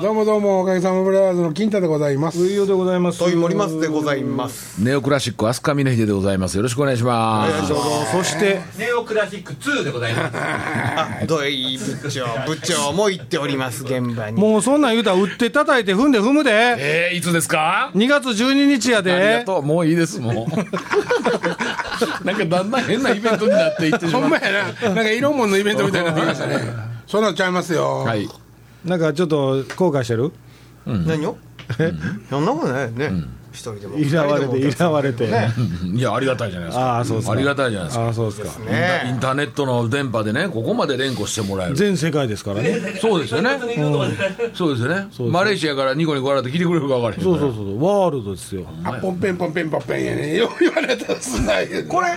どうもどうも、おかげさまブラザーズの金太でございます。水曜でございます。問い森松でございます。ネオクラシック、飛鳥峰秀でございます。よろしくお願いします。そして、ネオクラシック2でございます。あ、土井部長、部長も行っております、現場に。もうそんなん言うたら、売って叩いて踏んで踏むで。えー、いつですか2月12日やありがで。とう。もういいです、もう。なんかだんだん変なイベントになっていってしほまんう。まやな。なんか、イロンモンのイベントみたいになってきましたね。そんなんちゃいますよ。はい。なんかちょっと後悔してる何をそんなことないよね。一人でも。いらわれて、いらわれて。うんいや、ありがたいじゃないですか。ああ、そうですか。ありがたいじゃないですか。ああ、そうですか。インねターネットの電波でね、ここまで連呼してもらえる。全世界ですからね。そうですよね。そうですよね。マレーシアからニコニコ笑って聞いてくれるか分からへん。そうそうそう、ワールドですよ。あ、ポンペンポンペンポンペンやね。よう言われたらすんないけど。これ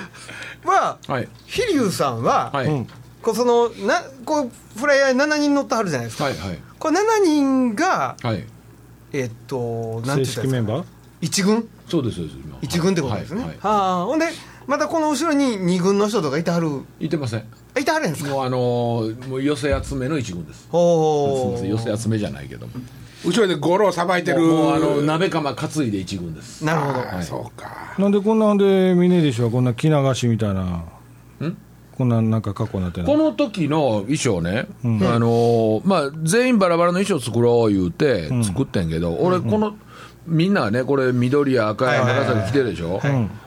は、はい。飛龍さんはは、い。こうその、な、こう、フライヤーに7人乗ってはるじゃないですか。はい。はい。これ7人が、はい。えっと、なん正て言った式メんですンかバー一軍そうです、そうです。今一軍ってことですね。ははいいはいあーほんで、またこの後ろに二軍の人とかいてはる、言ってません。あいてはるんですかもうあのー、もう寄せ集めの一軍です。すみほません寄せ集めじゃないけども後ろでゴロをさばいてる。もうあの鍋釜担いで一軍ですう。なるほど。あそうか。なんでこんなんで、ミネディ氏はこんな着流しみたいな。こんなんなんか過去になってなこい。の時の衣装ね、あのーまあ、全員バラバラの衣装作ろう言うて作ってんけど、俺この、みんなねこれ緑や赤やはいはいはい長崎着てるでしょ、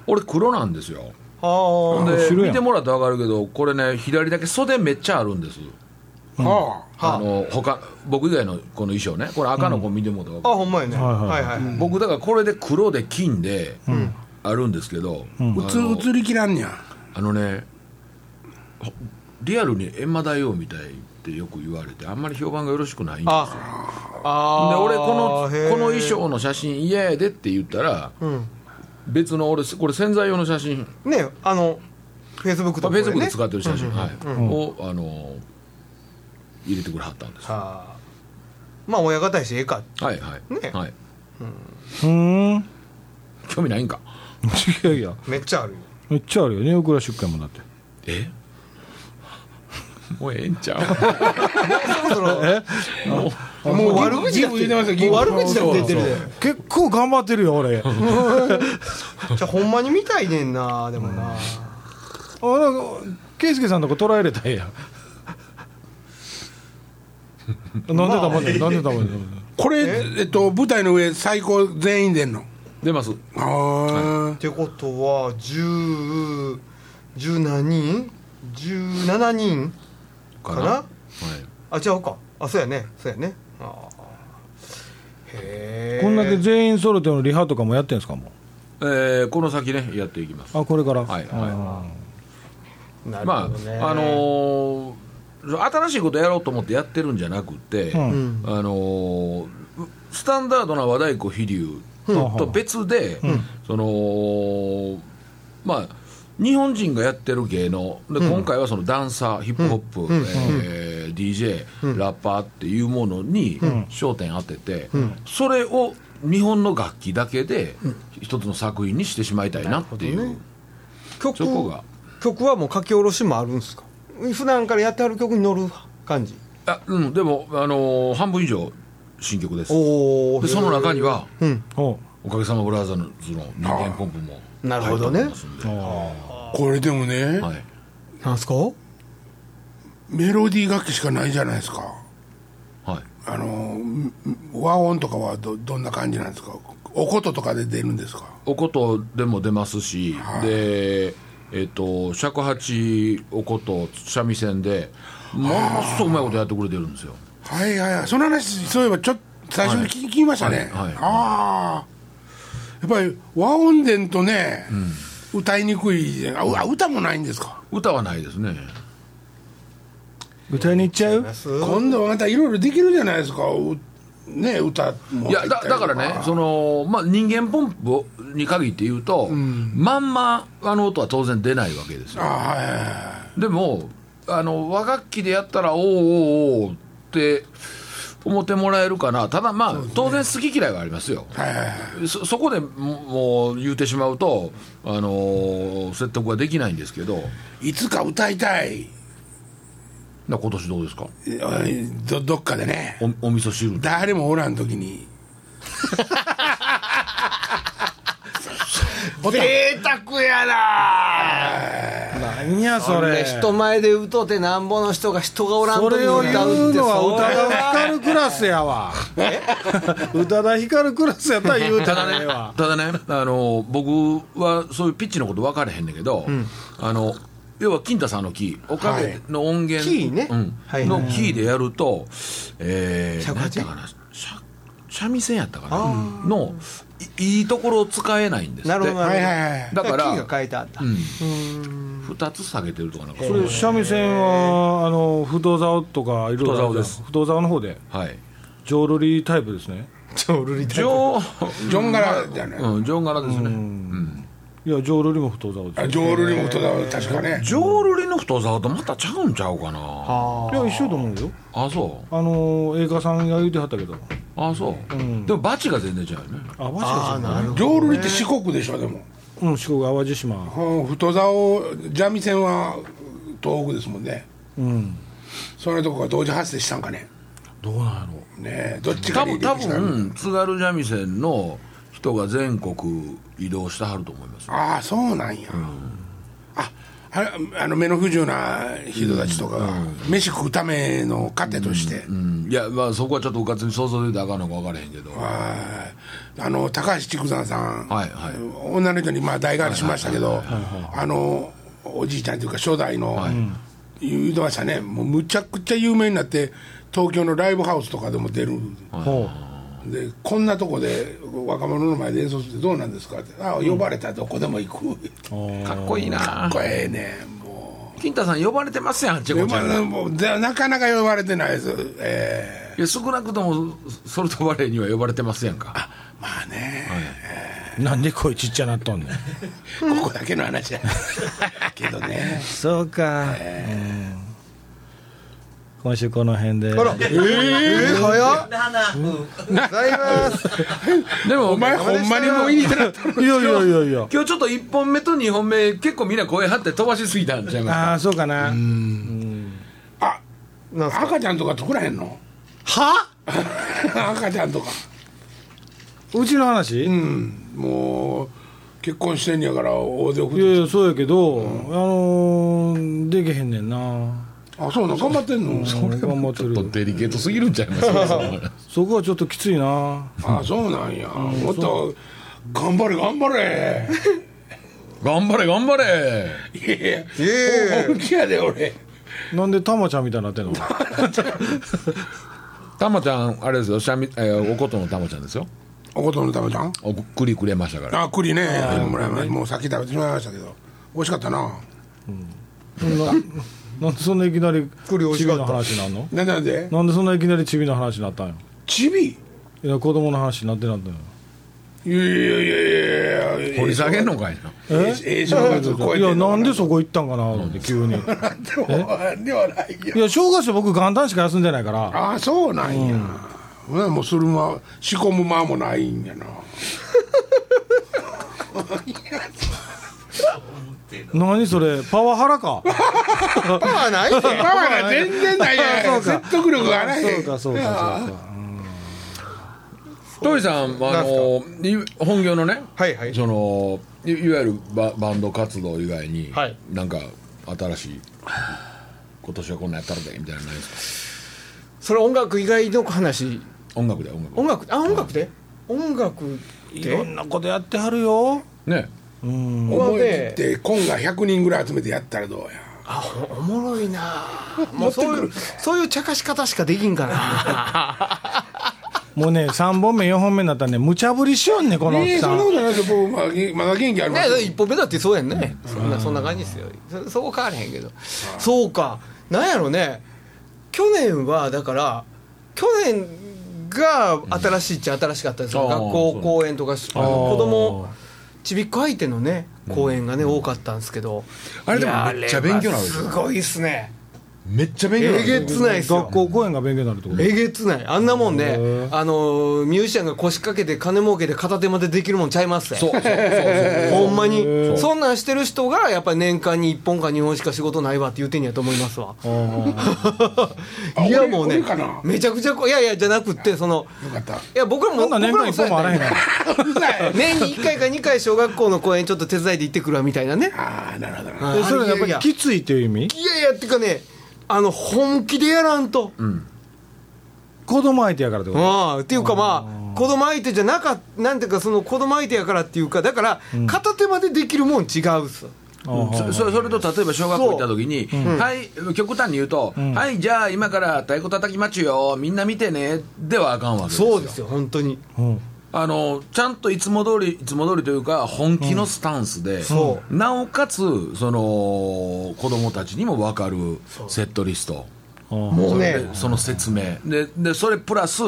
俺黒なんですよああ。で白やん見てもらったら分かるけどこれね左だけ袖めっちゃあるんです、はあ。はああの他僕以外のこの衣装ねこれ赤の子見てもらったら分かるあ、ほんまやね。はいははいいはい。僕だからこれで黒で金で、あるんですけうど、つ、映りきらんにゃ。あのねほリアルに閻魔大王みたいってよく言われてあんまり評判がよろしくないんでああー俺このへーこの衣装の写真嫌やでって言ったら、ん別の俺これ洗剤用の写真ねあのフェイスブックフとかェイスブックでっ使ってる写真、はいをあの入れてくれはったんですあーまあ親方やしええかはいはい、ねはい、ふーん。 い興味ないんかやいや、めっちゃあるよめっちゃあるよね、オクラ出荷もだって。え もうええんちゃう そろそろもうもう悪口ギだブギブ言ってまってすよ、ギブ悪口だって言ってるで結構頑張ってるよ、俺。じゃあほんまに見たいねんなでもなあなんか圭介さんのとこ捉えれたらええ やんなんで黙んねんなんで黙んねんこれ、えっと、舞台の上、最高全員出んの。出ますあってことは10 10何人17人かかななはいあ違うかあそうやねそうやねあーへえこんだけ全員揃ってのリハとかもやってんすかもえーこの先ねやっていきますうあこれからはいあなるまほどねああのー新しいことやろうと思ってやってるんじゃなくて、んあのースタンダードな和太鼓飛龍と別で、そのまあ日本人がやってる芸能で、今回はそのダンサーヒップホップ、えー DJ、ラッパーっていうものに焦点当てて、それを日本の楽器だけで一つの作品にしてしまいたいなっていう、曲そこが曲はもう書き下ろしもあるんですか普段からやってはる曲に乗る感じあうんでも、あのー半分以上新曲ですおでその中にはほおかげさまブラザーズの人間ポンプもあなるほどね入っておりますんであ。これでもね、はい、なんすかメロディー楽器しかないじゃないですか。はい、あのん和音とかはどどんな感じなんですかお琴とかで出るんですかおことでも出ますし、でえっ、と尺八おこと三味線でものすごくうまいことやってくれてるんですよはいはいはいその話そういえばちょっと最初に聞,、聞きましたね、はいはいああやっぱり和音伝とね、歌いにくいじゃんあうあ歌もないんですか歌はないですねう歌いに行っちゃう今度はまたいろいろできるじゃないですかうね歌もいやだだからねその、まあ、人間ポンプに限って言うと、まんまあの音は当然出ないわけですよあはいはいはいでもあの和楽器でやったらおーおーおーって思ってもらえるかなただまあ、当然好き嫌いはありますよそそこでももう言うてしまうと、あのー説得はできないんですけどいつか歌いたいな今年どうですかどどっかでねおお味噌汁誰もおらん時 に贅沢やな何やそこれれ人前で歌うてなんぼの人が人がおらんそとにれを言歌うっうてのはそ宇うや多田ヒカルクラスやわ 宇多田ヒカルクラスやったら言うたたらだえ えねわ、ただね、あの僕はそういうピッチのこと分からへんねんけど、あの要は金太さんのキー、おかげの音源、キーねうんはいのキーでやると、え108ー、何やったかな、しゃ三味線やったかな、のいいいところを使えないんですって、なるほどなはいるはいほはいだどからキーが書いてあった うん、うん2つ下げてるとかなんか、それ三味線はあの不動竿とかいろいろあるじゃん不動竿です不動竿の方ではい、浄瑠璃タイプですね浄瑠璃ジタイプョジョン柄じゃない、ー、うん、ジョン柄ですね、うんいや浄瑠璃も不動竿ですあ浄瑠璃も太だ確かね浄瑠璃の太さとまたちゃうんちゃうかな、あいや一緒と思うよあそう、あの映画さんが言うてはったけどあそう、でもバチが全然違うよね。あマジあかーなるほど浄瑠璃って四国でしょでもそううん四国淡路島うん太竿三味線は東北ですもんねうんそんなとこが同時発生したんかねどうなんやねろえどっちか多に分た多したら分津軽三味線の人が全国移動してはると思いますああそうなんや、あああの目の不自由な人たちとかが、飯食うための糧として、うんいやまあそこはちょっとうかつに想像で言うとあかんのか分からへんけどはいあの高橋竹山さん、はいはい女の人にまあ代替わりしましたけどあのおじいちゃんというか初代の、言ってましたねもうむちゃくちゃ有名になって東京のライブハウスとかでも出るうほでこんなとこで若者の前で演奏してどうなんですかって「あ呼ばれたらどこでも行く」うあかっこいいかなっこええねも金太さん呼ばれてますやんあっちうこっちまゃあもうでなかなか呼ばれてないですえいや少なくともソルトバレーには呼ばれてますやんかえまあね、ーなんで声ちっちゃなっとんねんここだけの話だけどねそうか今週この辺であらえー、早っざいますでもお前今ほんまにもういいってなったいやいやいやいや日ちょっと1本目と2本目結構みんな声張って飛ばしすぎたんちゃいますかああそうかなあなんすか赤ちゃんとか作らへんの は赤ちゃんとかうちの話、ういんもう結婚してんやから大手送っやいてやそうやけど、あのー、できへんねんなあそうなの頑張ってんの頑張っちてょっとるデリケートすぎるん ちゃいますかそこはちょっときついなあそうなんやもっと頑張れ頑張れ頑張れ頑張れいやいやええ本気やで俺なんでたまちゃんみたいになってんのたまちゃんあれですよしゃみ、えーおことのたまちゃんですよおことの食べたんお栗くれましたからあ栗ねもらいましたもうさっき食べてしまいましたけど美味しかったなそんななんでそんないきなりこれ美味チしビかっのた話なんのなんでなんでなんでそんないきなりチビの話になったんよチビいや子供の話になってなったんよいやいやいやいや掘り下げんのかいなえええ正 月超えいてやんのなかんでそこ行ったんかなと思って急にいなんでもではないよや正月僕元旦しか休んでないからああそうなんや、ほなもうする間仕込む間もないんやな何それパワハラかー、パワーないパワねーが全然ないや そんうか説得力がないそうかそうかそうかトイさん、あのい本業のね、はいはいそのいいわゆるババンド活動以外に、はいなんか新しい今年はこんなんやったらでみたいなのないですそれ音楽以外の話か音楽で音楽音楽あ音楽で音楽いろでんなことやってはるよねうん思い切って今が100人ぐらい集めてやったらどうやあおおもろい なあもうそういうそういう茶化し方しかできんかなもうね3本目4本目になったらね無茶ぶりしよんねこのおっええさそんんなことないですよ僕まだ元まだ元気ありま ねす一よ歩目だってそうやんねそんなそんな感じですよそそこ変わらへんけどそうかなんやろね去年はだから去年が新しいっちゃ新しかったですよ、あー学校公演とかし子あー供ちびっこ相手のね公演がね、多かったんですけどあれでもいやめっちゃ勉強になるあれはすごいっすねめっちゃ勉強になえるげつないですよ学校公演が勉強になるってことえげつないあんなもんねあのミュージシャンが腰掛けて金儲けて片手までできるもんちゃいますねそうそうそうそ うほんまにうそんなんしてる人がやっぱり年間に1本か2本しか仕事ないわって言うてんやと思いますわ いや俺もうね俺かなめちゃくちゃこいやいやじゃなくってそのよかったいや僕らもそんな年僕間らも一そう本やもっあらたんへんやから 年に1回か2回小学校の公演ちょっと手伝いで行ってくるわみたいなねああなるほどなあえそれやっぱいりやいやきついという意味いやいやってかねあの本気でやらんと、子供相手やからってことああっていうかまあ子供相手じゃなかなんていうかその子供相手やからっていうかだから片手までできるもん違うっす、そそそれと例えば小学校行った時に、はい、極端に言うと、はい、じゃあ今から太鼓叩き待ちよ、みんな見てね、ではあかんわけですよそうですよ本当にうんあのちゃんといつも通り、いつも通りというか、本気のスタンスで、そなおかつその子供たちにも分かるセットリスト、もうねでその説明、ででそれプラス、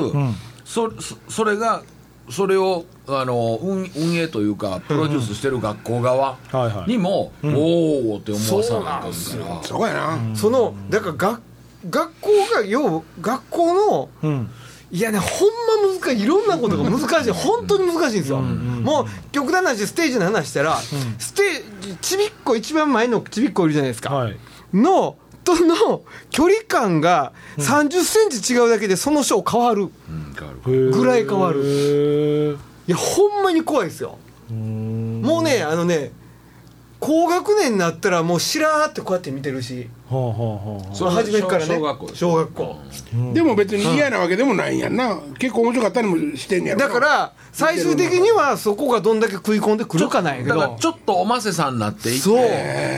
そそそれが、それをあの運運営というか、プロデュースしてる学校側はいはいにも、おおって思わさないというか。そこやな、そのだから学学校が要学校の、んいやねほんま難しいいろんなことが難しい本当に難しいんですよ、もう極端な話ステージの話したら、ステージちびっこ一番前のちびっこいるじゃないですか、はいのとの距離感が3 0ンチ違うだけでその章変わる、ぐらい変わるるいやほんまに怖いですよもうねあのね高学年になったらもうしらーってこうやって見てるしほうほうほうほうそまあ初めからね小学校です小学校でも別に嫌なわけでもないんやんな結構面白かったりもしてんねやろだから最終的にはそこがどんだけ食い込んでくるかなんやけだからどちょっとおませさんになっていってそう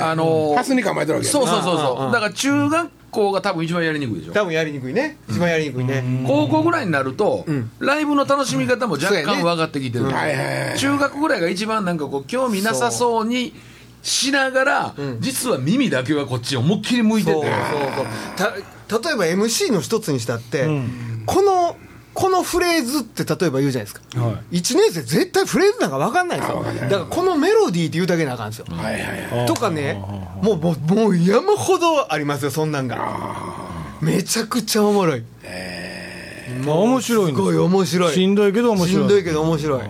あのパスに構えてるわけやなそうそうそううんうんそううんだから中学校が多分一番やりにくいでしょ多分やりにくいね一番やりにくいね高校ぐらいになると、んライブの楽しみ方も若そうやね干分かってきてる、はいはいはい中学ぐらいが一番なんかこう興味なさそうにしながら、実は耳だけはこっち思いっきり向いてそうてそうそうた例えば MC の一つにしたって、このこのフレーズって例えば言うじゃないですか、は一1年生絶対フレーズなんか分かんないんですあよ分かんないだからこのメロディーって言うだけなあかんですよ、はいはいはいとかねもうもうもう山ほどありますよそんなんがめちゃくちゃおもろいまあ面白いすんですごい面白いしんどいけど面白いしんどいけど面白い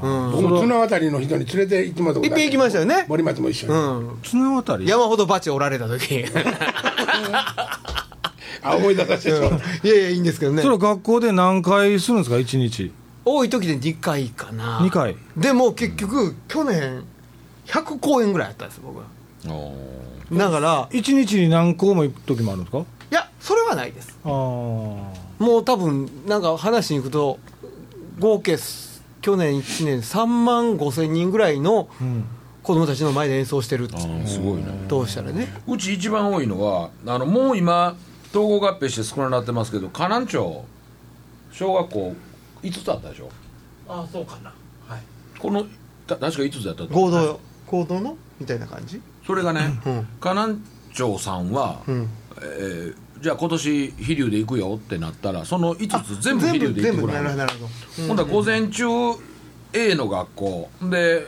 僕も綱渡りの人に連れて行ってもらったことあるいっぺん行きましたよね森松も一緒に、うん綱渡り山ほどバチおられた 時あ思い出させてしまったいやいやいいんですけどねそれは学校で何回するんですか一日多い時で2回かな二回でも結局去年100公演ぐらいあったんです僕はだから一日に何校も行く時もあるんですかいやそれはないですああもう多分なんか話に行くと合計す去年1年3万5千人ぐらいの子供たちの前で演奏してるってすごいねどうしたらねうち一番多いのはあのもう今統合合併して少なくなってますけど河南町小学校5つあったでしょあそうかなはいこのた確か5つだったと思合う同合同のみたいな感じそれがね、うん河南町さんは、んえーじゃあ今年飛龍で行くよってなったらその5つ全部飛全龍部で全行って部くなるほどらないるほどほんだら午前中 A の学校で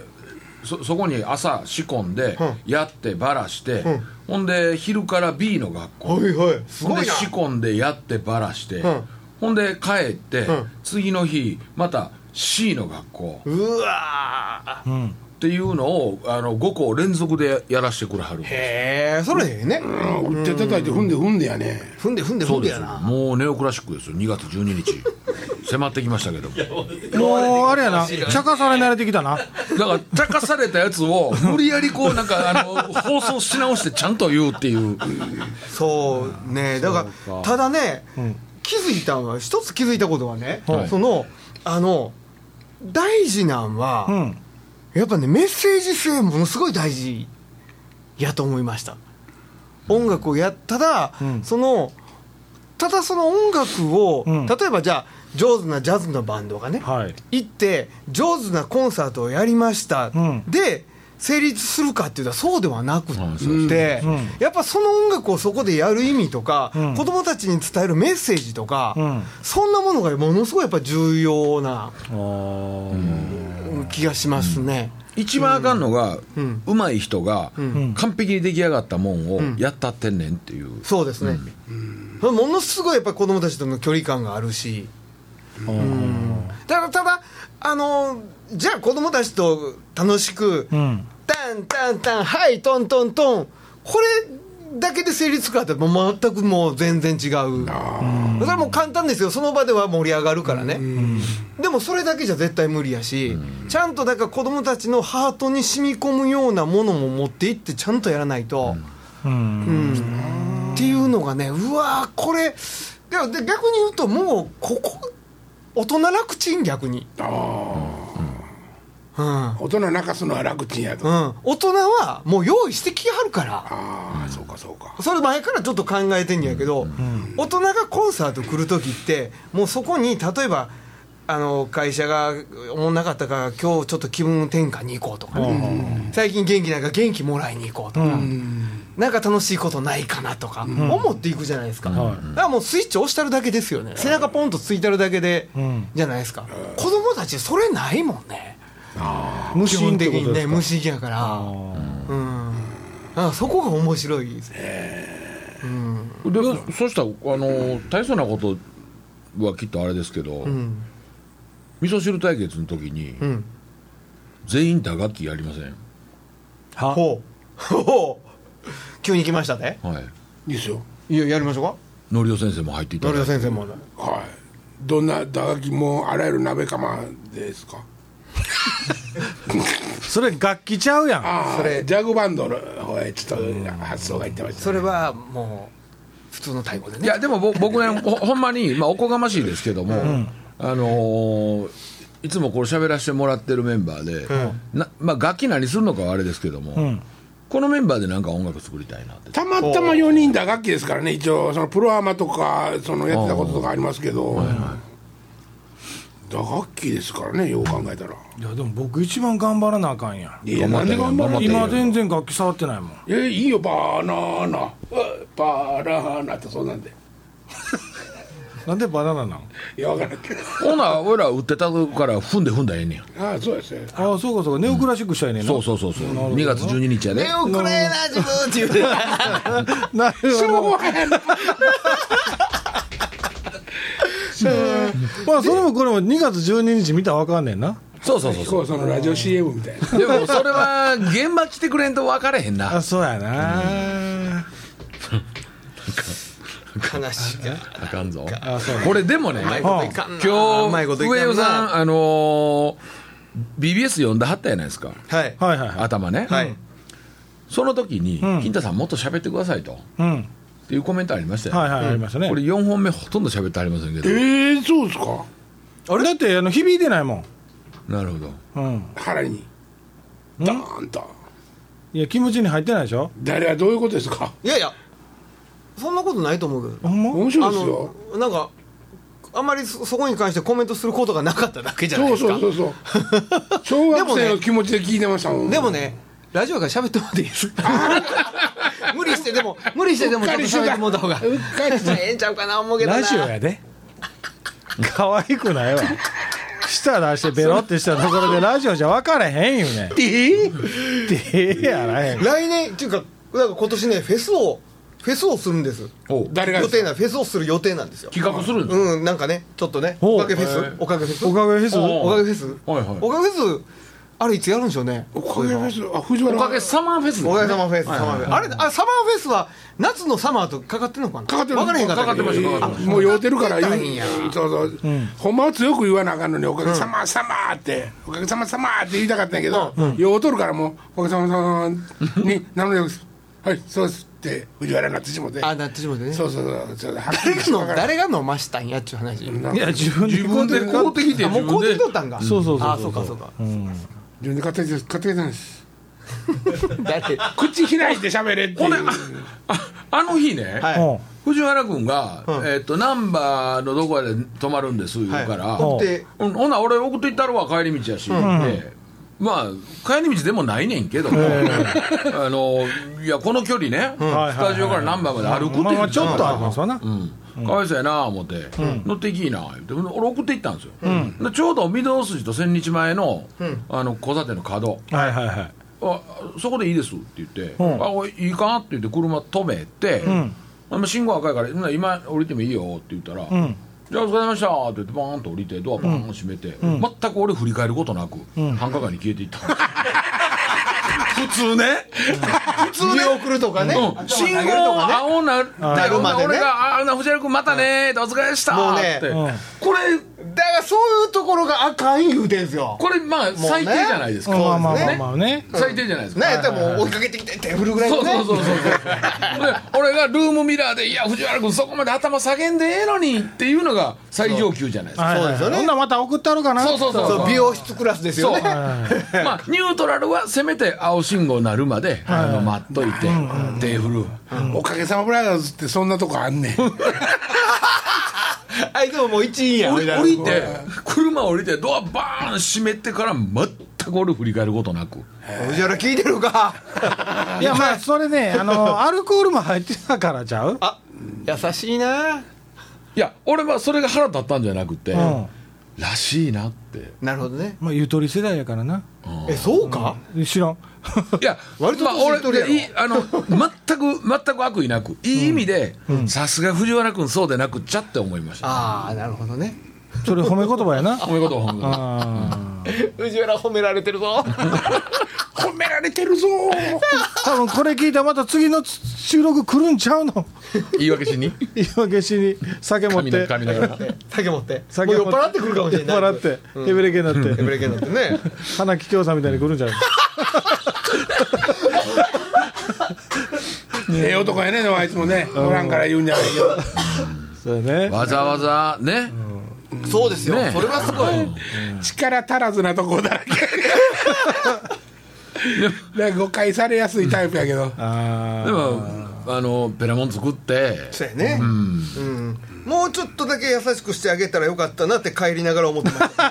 そそこに朝仕込んで、うんやってばらして、うんほんで昼から B の学校、はいはいすほんごでいな仕込んでやってばらして、うんほんで帰って、ん次の日また C の学校うわーっていうのをあの5校連続でやらしてくれはるへえそれええねうん打って叩いて踏んで踏んでやね踏んで踏んでそ踏うんででやすよなもうネオクラシックですよ2月12日迫ってきましたけどももうあれやな茶化され慣れてきたなだから茶化されたやつを無理やりこうなんかあの放送し直してちゃんと言うっていうそうねだからただね、気づいたのは一つ気づいたことはね、はいそのあの大事なんは、うんやっぱねメッセージ性ものすごい大事やと思いました音楽をやっただ、んそのただその音楽を、うん例えばじゃあ上手なジャズのバンドがね、はい行って上手なコンサートをやりました、うんで成立するかっていうとそうではなくって、うんうんやっぱその音楽をそこでやる意味とか、うん子供たちに伝えるメッセージとか、うんそんなものがものすごいやっぱ重要あなあうん気がしますね、一番あかんのが、うんまい人が、完璧に出来上がったもんをんやったってんねんっていう、そうですね、うんものすごいやっぱり子供たちとの距離感があるし、うんただただあのじゃあ子供たちと楽しく、んタンタンタンはいトントントンこれだけで成立かってもう全くもう全然違うそれはもう簡単ですよその場では盛り上がるからね、でもそれだけじゃ絶対無理やし、ちゃんとだから子供たちのハートに染み込むようなものも持っていってちゃんとやらないと。うんっていうのがねうわーこれでもで逆に言うともうここ大人楽ちん逆にうん、うん、大人泣かすのは楽ちんやと、あ大人はもう用意してきはるからあそうかそうかそれ前からちょっと考えてんやけど、大人がコンサート来る時ってもうそこに例えばあの会社がおもんなかったから今日ちょっと気分転換に行こうとか、ね最近元気ないから元気もらいに行こうとか、なんか楽しいことないかなとか、思っていくじゃないですか、だからもうスイッチ押したるだけですよね、背中ポンとついたるだけで、じゃないですか、子供たち、それないもんね、無基心本って的こにとですね、無か心やから、うん、あそこが面白いですね、でそしたらあの大層なことはきっとあれですけど、うん、味噌汁対決の時に、うん、全員打楽器やりませんはほう、ほう、急に来ましたね、はいいいですよいや、やりましょのりお先生も入っていうか、成ただい田て先生も、はいどんな打楽器もあらゆる鍋釜ですかそれ楽器ちゃうやんああそれジャグバンドの方へちょっと発想がいってました、ね、それはもう、普通の太鼓でいね、やでもぼ僕ねほ ほんまに、まあ、おこがましいですけども、あのーいつもこれ喋らせてもらってるメンバーで、なまあ、楽器何するのかはあれですけども、このメンバーでなんか音楽作りたいなってたまたま4人打楽器ですからね一応そのプロアマとかそのやってたこととかありますけど、打楽器ですからねよう考えたらいやでも僕一番頑張らなあかんやんいやなんで頑張る頑張ってよ今全然楽器触ってないもんえいいよバナナえバナナってそうなんでなんでバナナなんいやわからんけどほな俺ら売ってたから踏んで踏んだらええねんああそうですねああそうかそうかネオクラシックしたいねんなそうそうそうそう2月12日やで、手をくれな、自分っていう。なるほどまあそれもこれも2月12日見たらわかんねんなそうそうそうそ そうそのラジオ CM みたいなうでもそれは現場来てくれんと分かれへんなあそうやな悲しいなあかんぞそうこれでもねうまいこといかんなうまい今こと日いかんな上尾さんあのー BBS 読んだはったやないですかはいはいはいはい頭ね、はいその時に、ん金太さんもっと喋ってくださいとっうんていうコメントありましたよ、はいはいありましたねこれ4本目ほとんど喋ってありませんけど、ええそうですかあれだってあの響いてないもなるほどんうん腹にんダーンといや気持ちに入ってないでしょ誰はどういうことですかいやいやそんなことないと思うけほんま面白どいですよあのなんかあんまりそそこに関してコメントすることがなかっただけじゃないそでうすかそうそうそう 小学生の気持ちで聞いてましたもんでもねラジオから喋ってもらっていいですか 無理してでも無理してでもちょっと喋ってもらった方がうっかりしてええんちゃうかな思うけどなラジオやで可愛くないわ舌出してベロってしたところでラジオじゃ分からへんよ ねってえやらへん来年っていうかなんか今年ねフェスをフェスをするんですおう誰が予です定かなフェスをする予定なんですよ企画するんです、うんなんかねちょっとねほうおかげフェへえスおかげフェスおかげですおおかげフェスはいはいおかげフェスあれいつやるんでしょうねおかげフェスあ藤原おかげサマーフェスですねおかげサマーフェスサマーフェスあれあサマーフェスは夏のサマーとかかってんのかなかかってる分からへんかったかかってましたかかってまもう酔うてるから言かかってたんやうそうそう、ほんまは強く言わなあかんのに「おかげさまさま」って「おかげさまさま」って言いたかったんやけど、酔うとるからもう「おかげさまさま」に「なのではいそうです」って藤原になってしもてあなってしまってねそうそうそうそう誰がの誰誰が飲ましたんやっちゅう話いや自分で自分で買うてきてあも自うこう分てできとったんかそうそうそうそうあそうかそうか自分で買ってきて買ってきたんです誰口開いて喋れっていうああの日ね、はいうん藤原君が、えっとナンバーのどこかで泊まるんです」言うから、お送ってうんほな俺送っていったるわ帰り道やし、でまあ帰り道でもないねんけども、あのいやこの距離ね、はいはいはいスタジオからナンバーまで歩くっていうまあまあちょっとありますわなうんかわいそうやな思って、乗ってきいな言って俺送っていったんですよ、でちょうど御堂筋と千日前の,、あの交差点の角はいはいはいあそこでいいですって言って、うんあおいいいかって言って車止めて、んあんま信号赤いからほな今降りてもいいよって言ったら、んじゃあお疲れ様でしたって言ってバーンと降りてドアバーン閉めて、全く俺振り返ることなく、繁華街に消えていったんです 普通ね、見送るとかね、うん、信号青ななるまでね俺が「ああ藤原君またね」って「お疲れでした」もうねって、うんこれだからそういうところがあかん言うてんすよこれまあ最低じゃないですか、まあまあまあまあね最低じゃないですかなんやったらもう追いかけてきて手振るぐらいそのうねそうそうそうそうで俺がルームミラーで「いや藤原君そこまで頭下げんでええのに」っていうのが最上級じゃないですかはいそうはでいすよねほんならまた送ったるかなそうそうそうそう美容室クラスですよそねうまあニュートラルはせめて青信号なるまであの待っといて手振るおかげさまブラザーズってそんなとこあんねんあいつももう一員や降みりたいな降りて車降りてドアバーン閉めてから全く俺振り返ることなく藤原聞いてるかいやまあそれねあのアルコールも入ってたからちゃうあ優しいないや俺はそれが腹立ったんじゃなくてんらしい なってなるほどねまあゆとり世代やからなえそうか、知らんいや、割とまあ年いっとるやろ俺いいあの全く全く悪意なくいい意味でさすが藤原君そうでなくっちゃって思いましたああなるほどねそれ褒め言葉やなおめでとうございまあー藤原褒められてるぞ褒められてるぞ多分これ聞いたらまた次の収録来るんちゃう のす言い訳 しに言い訳しに酒持っ髪て髪ながら酒持って酒もう持酔っ払ってくるかもしれない酔っ払ってヘベレケになってエブレケンだってね花木京さんみたいに来るんじゃないええ男やねでもあいつもねおらんから言うんじゃないけどそうだねわざわざねそうですよ、ねそれはすごい、力足らずなとこだら けなんか誤解されやすいタイプやけどあでもあのペラモン作ってそうやね、うんもうちょっとだけ優しくしてあげたらよかったなって帰りながら思ってま した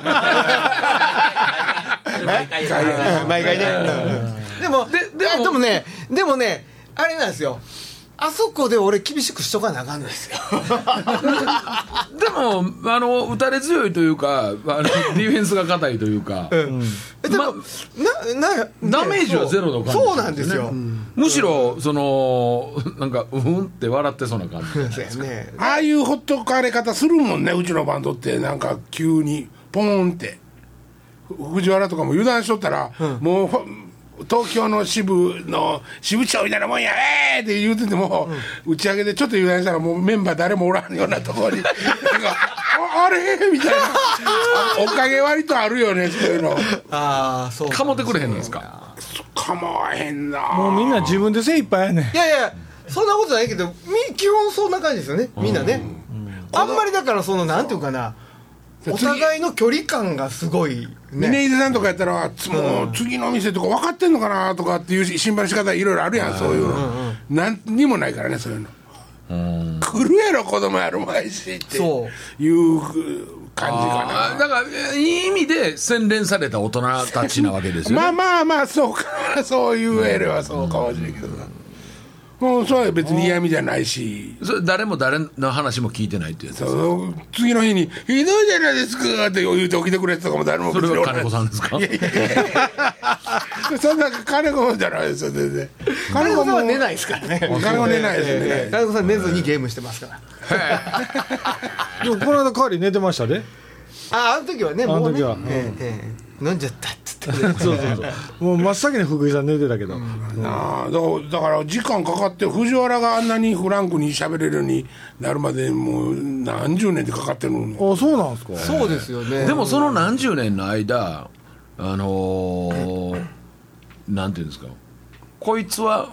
毎回ね、うんでもででもでもねでもねあれなんですよあそこで俺厳しくしとかなあかんのですよでもあの打たれ強いというかあのデ ィフェンスが硬いというかえでも、ななダメージはゼロの感じそうそうなんですよ、むしろそのなんかうんって笑ってそうな感じそうやねああいうほっとかれ方するもんねうちのバンドってなんか急にポーンってふ藤原とかも油断しとったら、もうほ東京の支部の支部長みたいなもんやえーって言うてても、打ち上げでちょっと油断したらもうメンバー誰もおらんようなところになんかああれみたいなおかげ割とあるよねそういうのああそうかもってくれへんのですかかまへんなあもうみんな自分で精一杯やねんいやいやそんなことないけどみ基本そんな感じですよねみんなね、あんまりだからそのなんていうかなお互いの距離感がすごいね峰秀さんとかやったらつもう次の店とか分かってんのかなとかっていう心配の仕方いろいろあるやんそういうの何にもないからねそういうの来るやろ子供やろ毎しってそいう感じあかだからいい意味で洗練された大人たちなわけですなよねまあまあまあそうか そういう上ではそうかもしれんけどなもうそれは別に嫌味じゃないしそれ誰も誰の話も聞いてないってやつそう次の日に「ひどいじゃないですか」って言うて起きてくれてとかも誰もそれにはおら金子さんですかそんな金子じゃないですよ全 然金金子子さんはも寝ないですからね金子寝ないですよ寝ないええ金子さん寝ずにゲームしてますからでもこの間カーリー寝てましたねああの時はねもうねあの時はええええ飲んじゃったっつってそうそうそうもう真っ先に福井さん寝てたけど、なあだからだから時間かかって藤原があんなにフランクに喋れるようになるまでもう何十年でかかってるのあそうなんですかそうですよねでもその何十年の間あのーなんていうんですかこいつは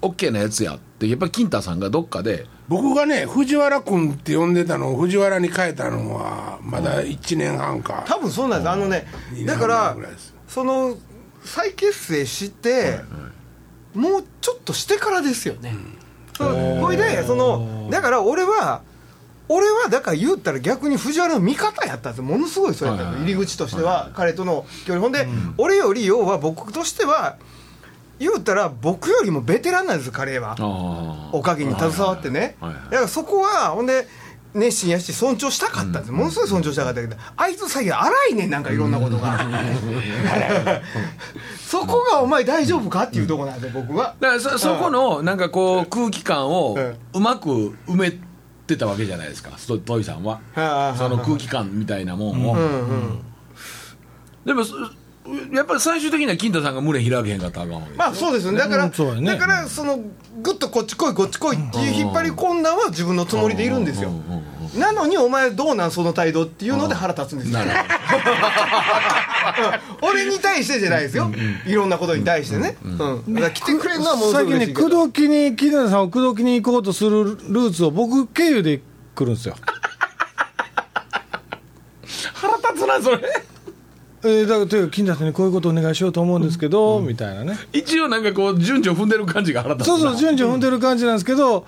OK なやつやってやっぱり金太さんがどっかで僕がね藤原君って呼んでたのを藤原に変えたのはまだ1年半か、多分そうなんですあのねうんだからいいなぐらいですその再結成してもうちょっとしてからですよねそのほいでそのだから俺は俺はだから言ったら逆に藤原の味方やったんですよものすごいそうやったはいのはい入り口としては彼との距離ほんで俺より要は僕としては言うたら僕よりもベテランなんですよカレーはあーおかげに携わってねはいはいはいだからそこはほんで熱心やし尊重したかったんですものすごい尊重したかったけどあいつ最近荒いねなんかいろんなことが そこがお前大丈夫かっていうとこなんで僕はだからそそこのなんかこう空気感をうんうまく埋めてたわけじゃないですかストトイさんははいはいはいはいその空気感みたいなもんを、でもそやっぱり最終的には金太さんが胸開けへんかったらあかんわけ、まあそうですよねだから、うんそうだねだからそのグッとこっち来いこっち来いっていう引っ張り込んだんは自分のつもりでいるんですよなのにお前どうなんその態度っていうので腹立つんですようん 俺に対してじゃないですよいろんなことに対してねうんだから来てくれるのはもう最近ね、く口説きに、木田さんを口説きに行こうとするルーツを僕経由で来るんです よ。腹立つなそれえー、だからというか金田さんにこういうことお願いしようと思うんですけど、みたいなね一応なんかこう順序踏んでる感じが腹立つそなうそう順序踏んでる感じなんですけど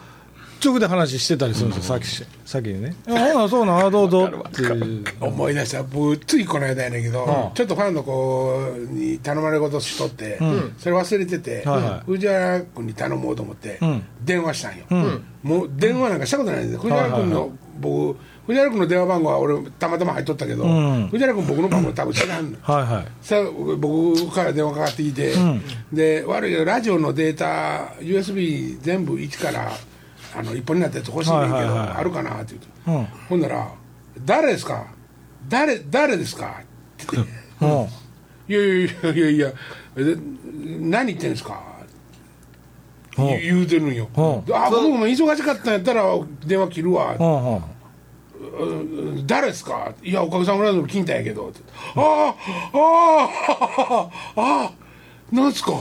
直で話してたりするんですよ、先し先にね「あほなそうなあどうぞ」っていう思い出したぶっついこの間やねんけど、ちょっとファンの子に頼まれ事しとって、それ忘れてて、はいはい藤原君に頼もうと思って、ん電話したんよ、もう電話なんかしたことないんで、藤原君の、僕藤原君の電話番号は俺たまたま入っとったけど、ん藤原君僕の番号多分知らんのはいはいさ僕から電話かかってきて、で悪いけどラジオのデータ USB 全部一からあの一本になったやつ欲しいねんけど、はいはいはいあるかなって言うと、うんほんなら「誰ですか誰誰ですか?」って言っても「いやいやいやいやいやで何言ってんですか?」うん言言うてるんよ「うんあ僕も忙しかったんやったら電話切るわ」ううんうん誰ですか?」いやおかげさまで金太やけど」って「ああああああなんすか?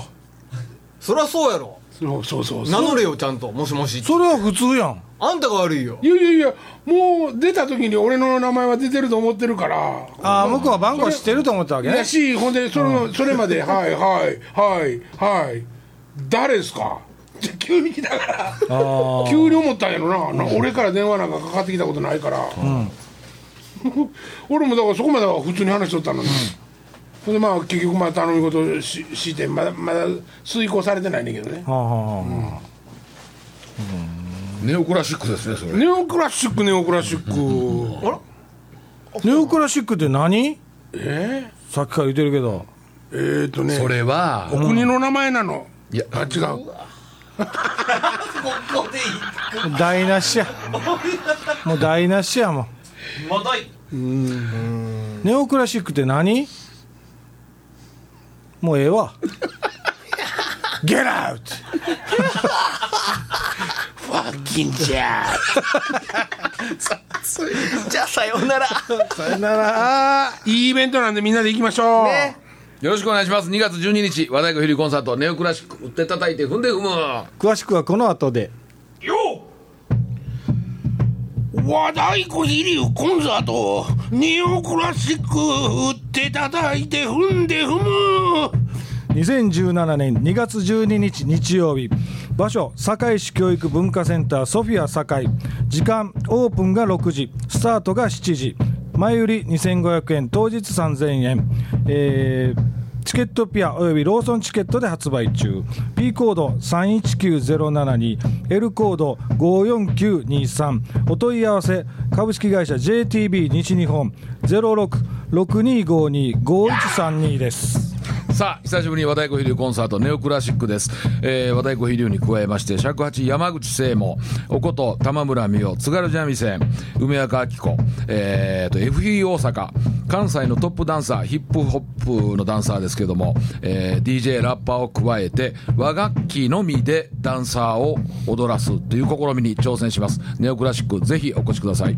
そりゃそうやろ」そうそうそう名乗れれよちゃんともしもしそれは普通やんあんたが悪いよいやいやいやもう出た時に俺の名前は出てると思ってるからああ向こうは番号知ってると思ったわけねやしほんでその、それま で「はいはいはいはい誰ですか?」って急に来たからあ ー急に思ったんやろなな俺から電話なんかかかってきたことないから、 俺もだからそこまでは普通に話しとったのに、それでまあ結局まあ頼み事ししてまだまだ遂行されてないねんけどねはあはあはネオクラシックですねそれネオクラシックネオクラシックあネオクラシックって何えさっきから言ってるけどー、えー、とねそれはお国の名前なの、いやあ違うここでいい台無しやもう台無しやもんまだいネオクラシックって何もうええわゲラウトファッキンジャーじゃあさようならさよならいいイベントなんでみんなで行きましょう、ねよろしくお願いします2月12日和太鼓ヒルコンサートネオクラシック売って叩いて踏んで踏む詳しくはこの後でよ和太鼓飛竜コンサートネオクラシック打って叩いて踏んで踏む2017年2月12日日曜日場所堺市教育文化センターソフィア堺時間オープンが6時スタートが7時前売り2500円当日3000円、えーチケットピアおよびローソンチケットで発売中 P コード319072 L コード54923お問い合わせ株式会社 JTB 西日本0662525132です さあ久しぶりに和太鼓飛龍コンサートネオクラシックです、えー和太鼓飛龍に加えまして尺八山口聖もおこと玉村美代津軽三味線梅若明子えー、と FE 大阪関西のトップダンサーヒップホップのダンサーですけども、えー DJ ラッパーを加えて和楽器のみでダンサーを踊らすという試みに挑戦しますネオクラシックぜひお越しください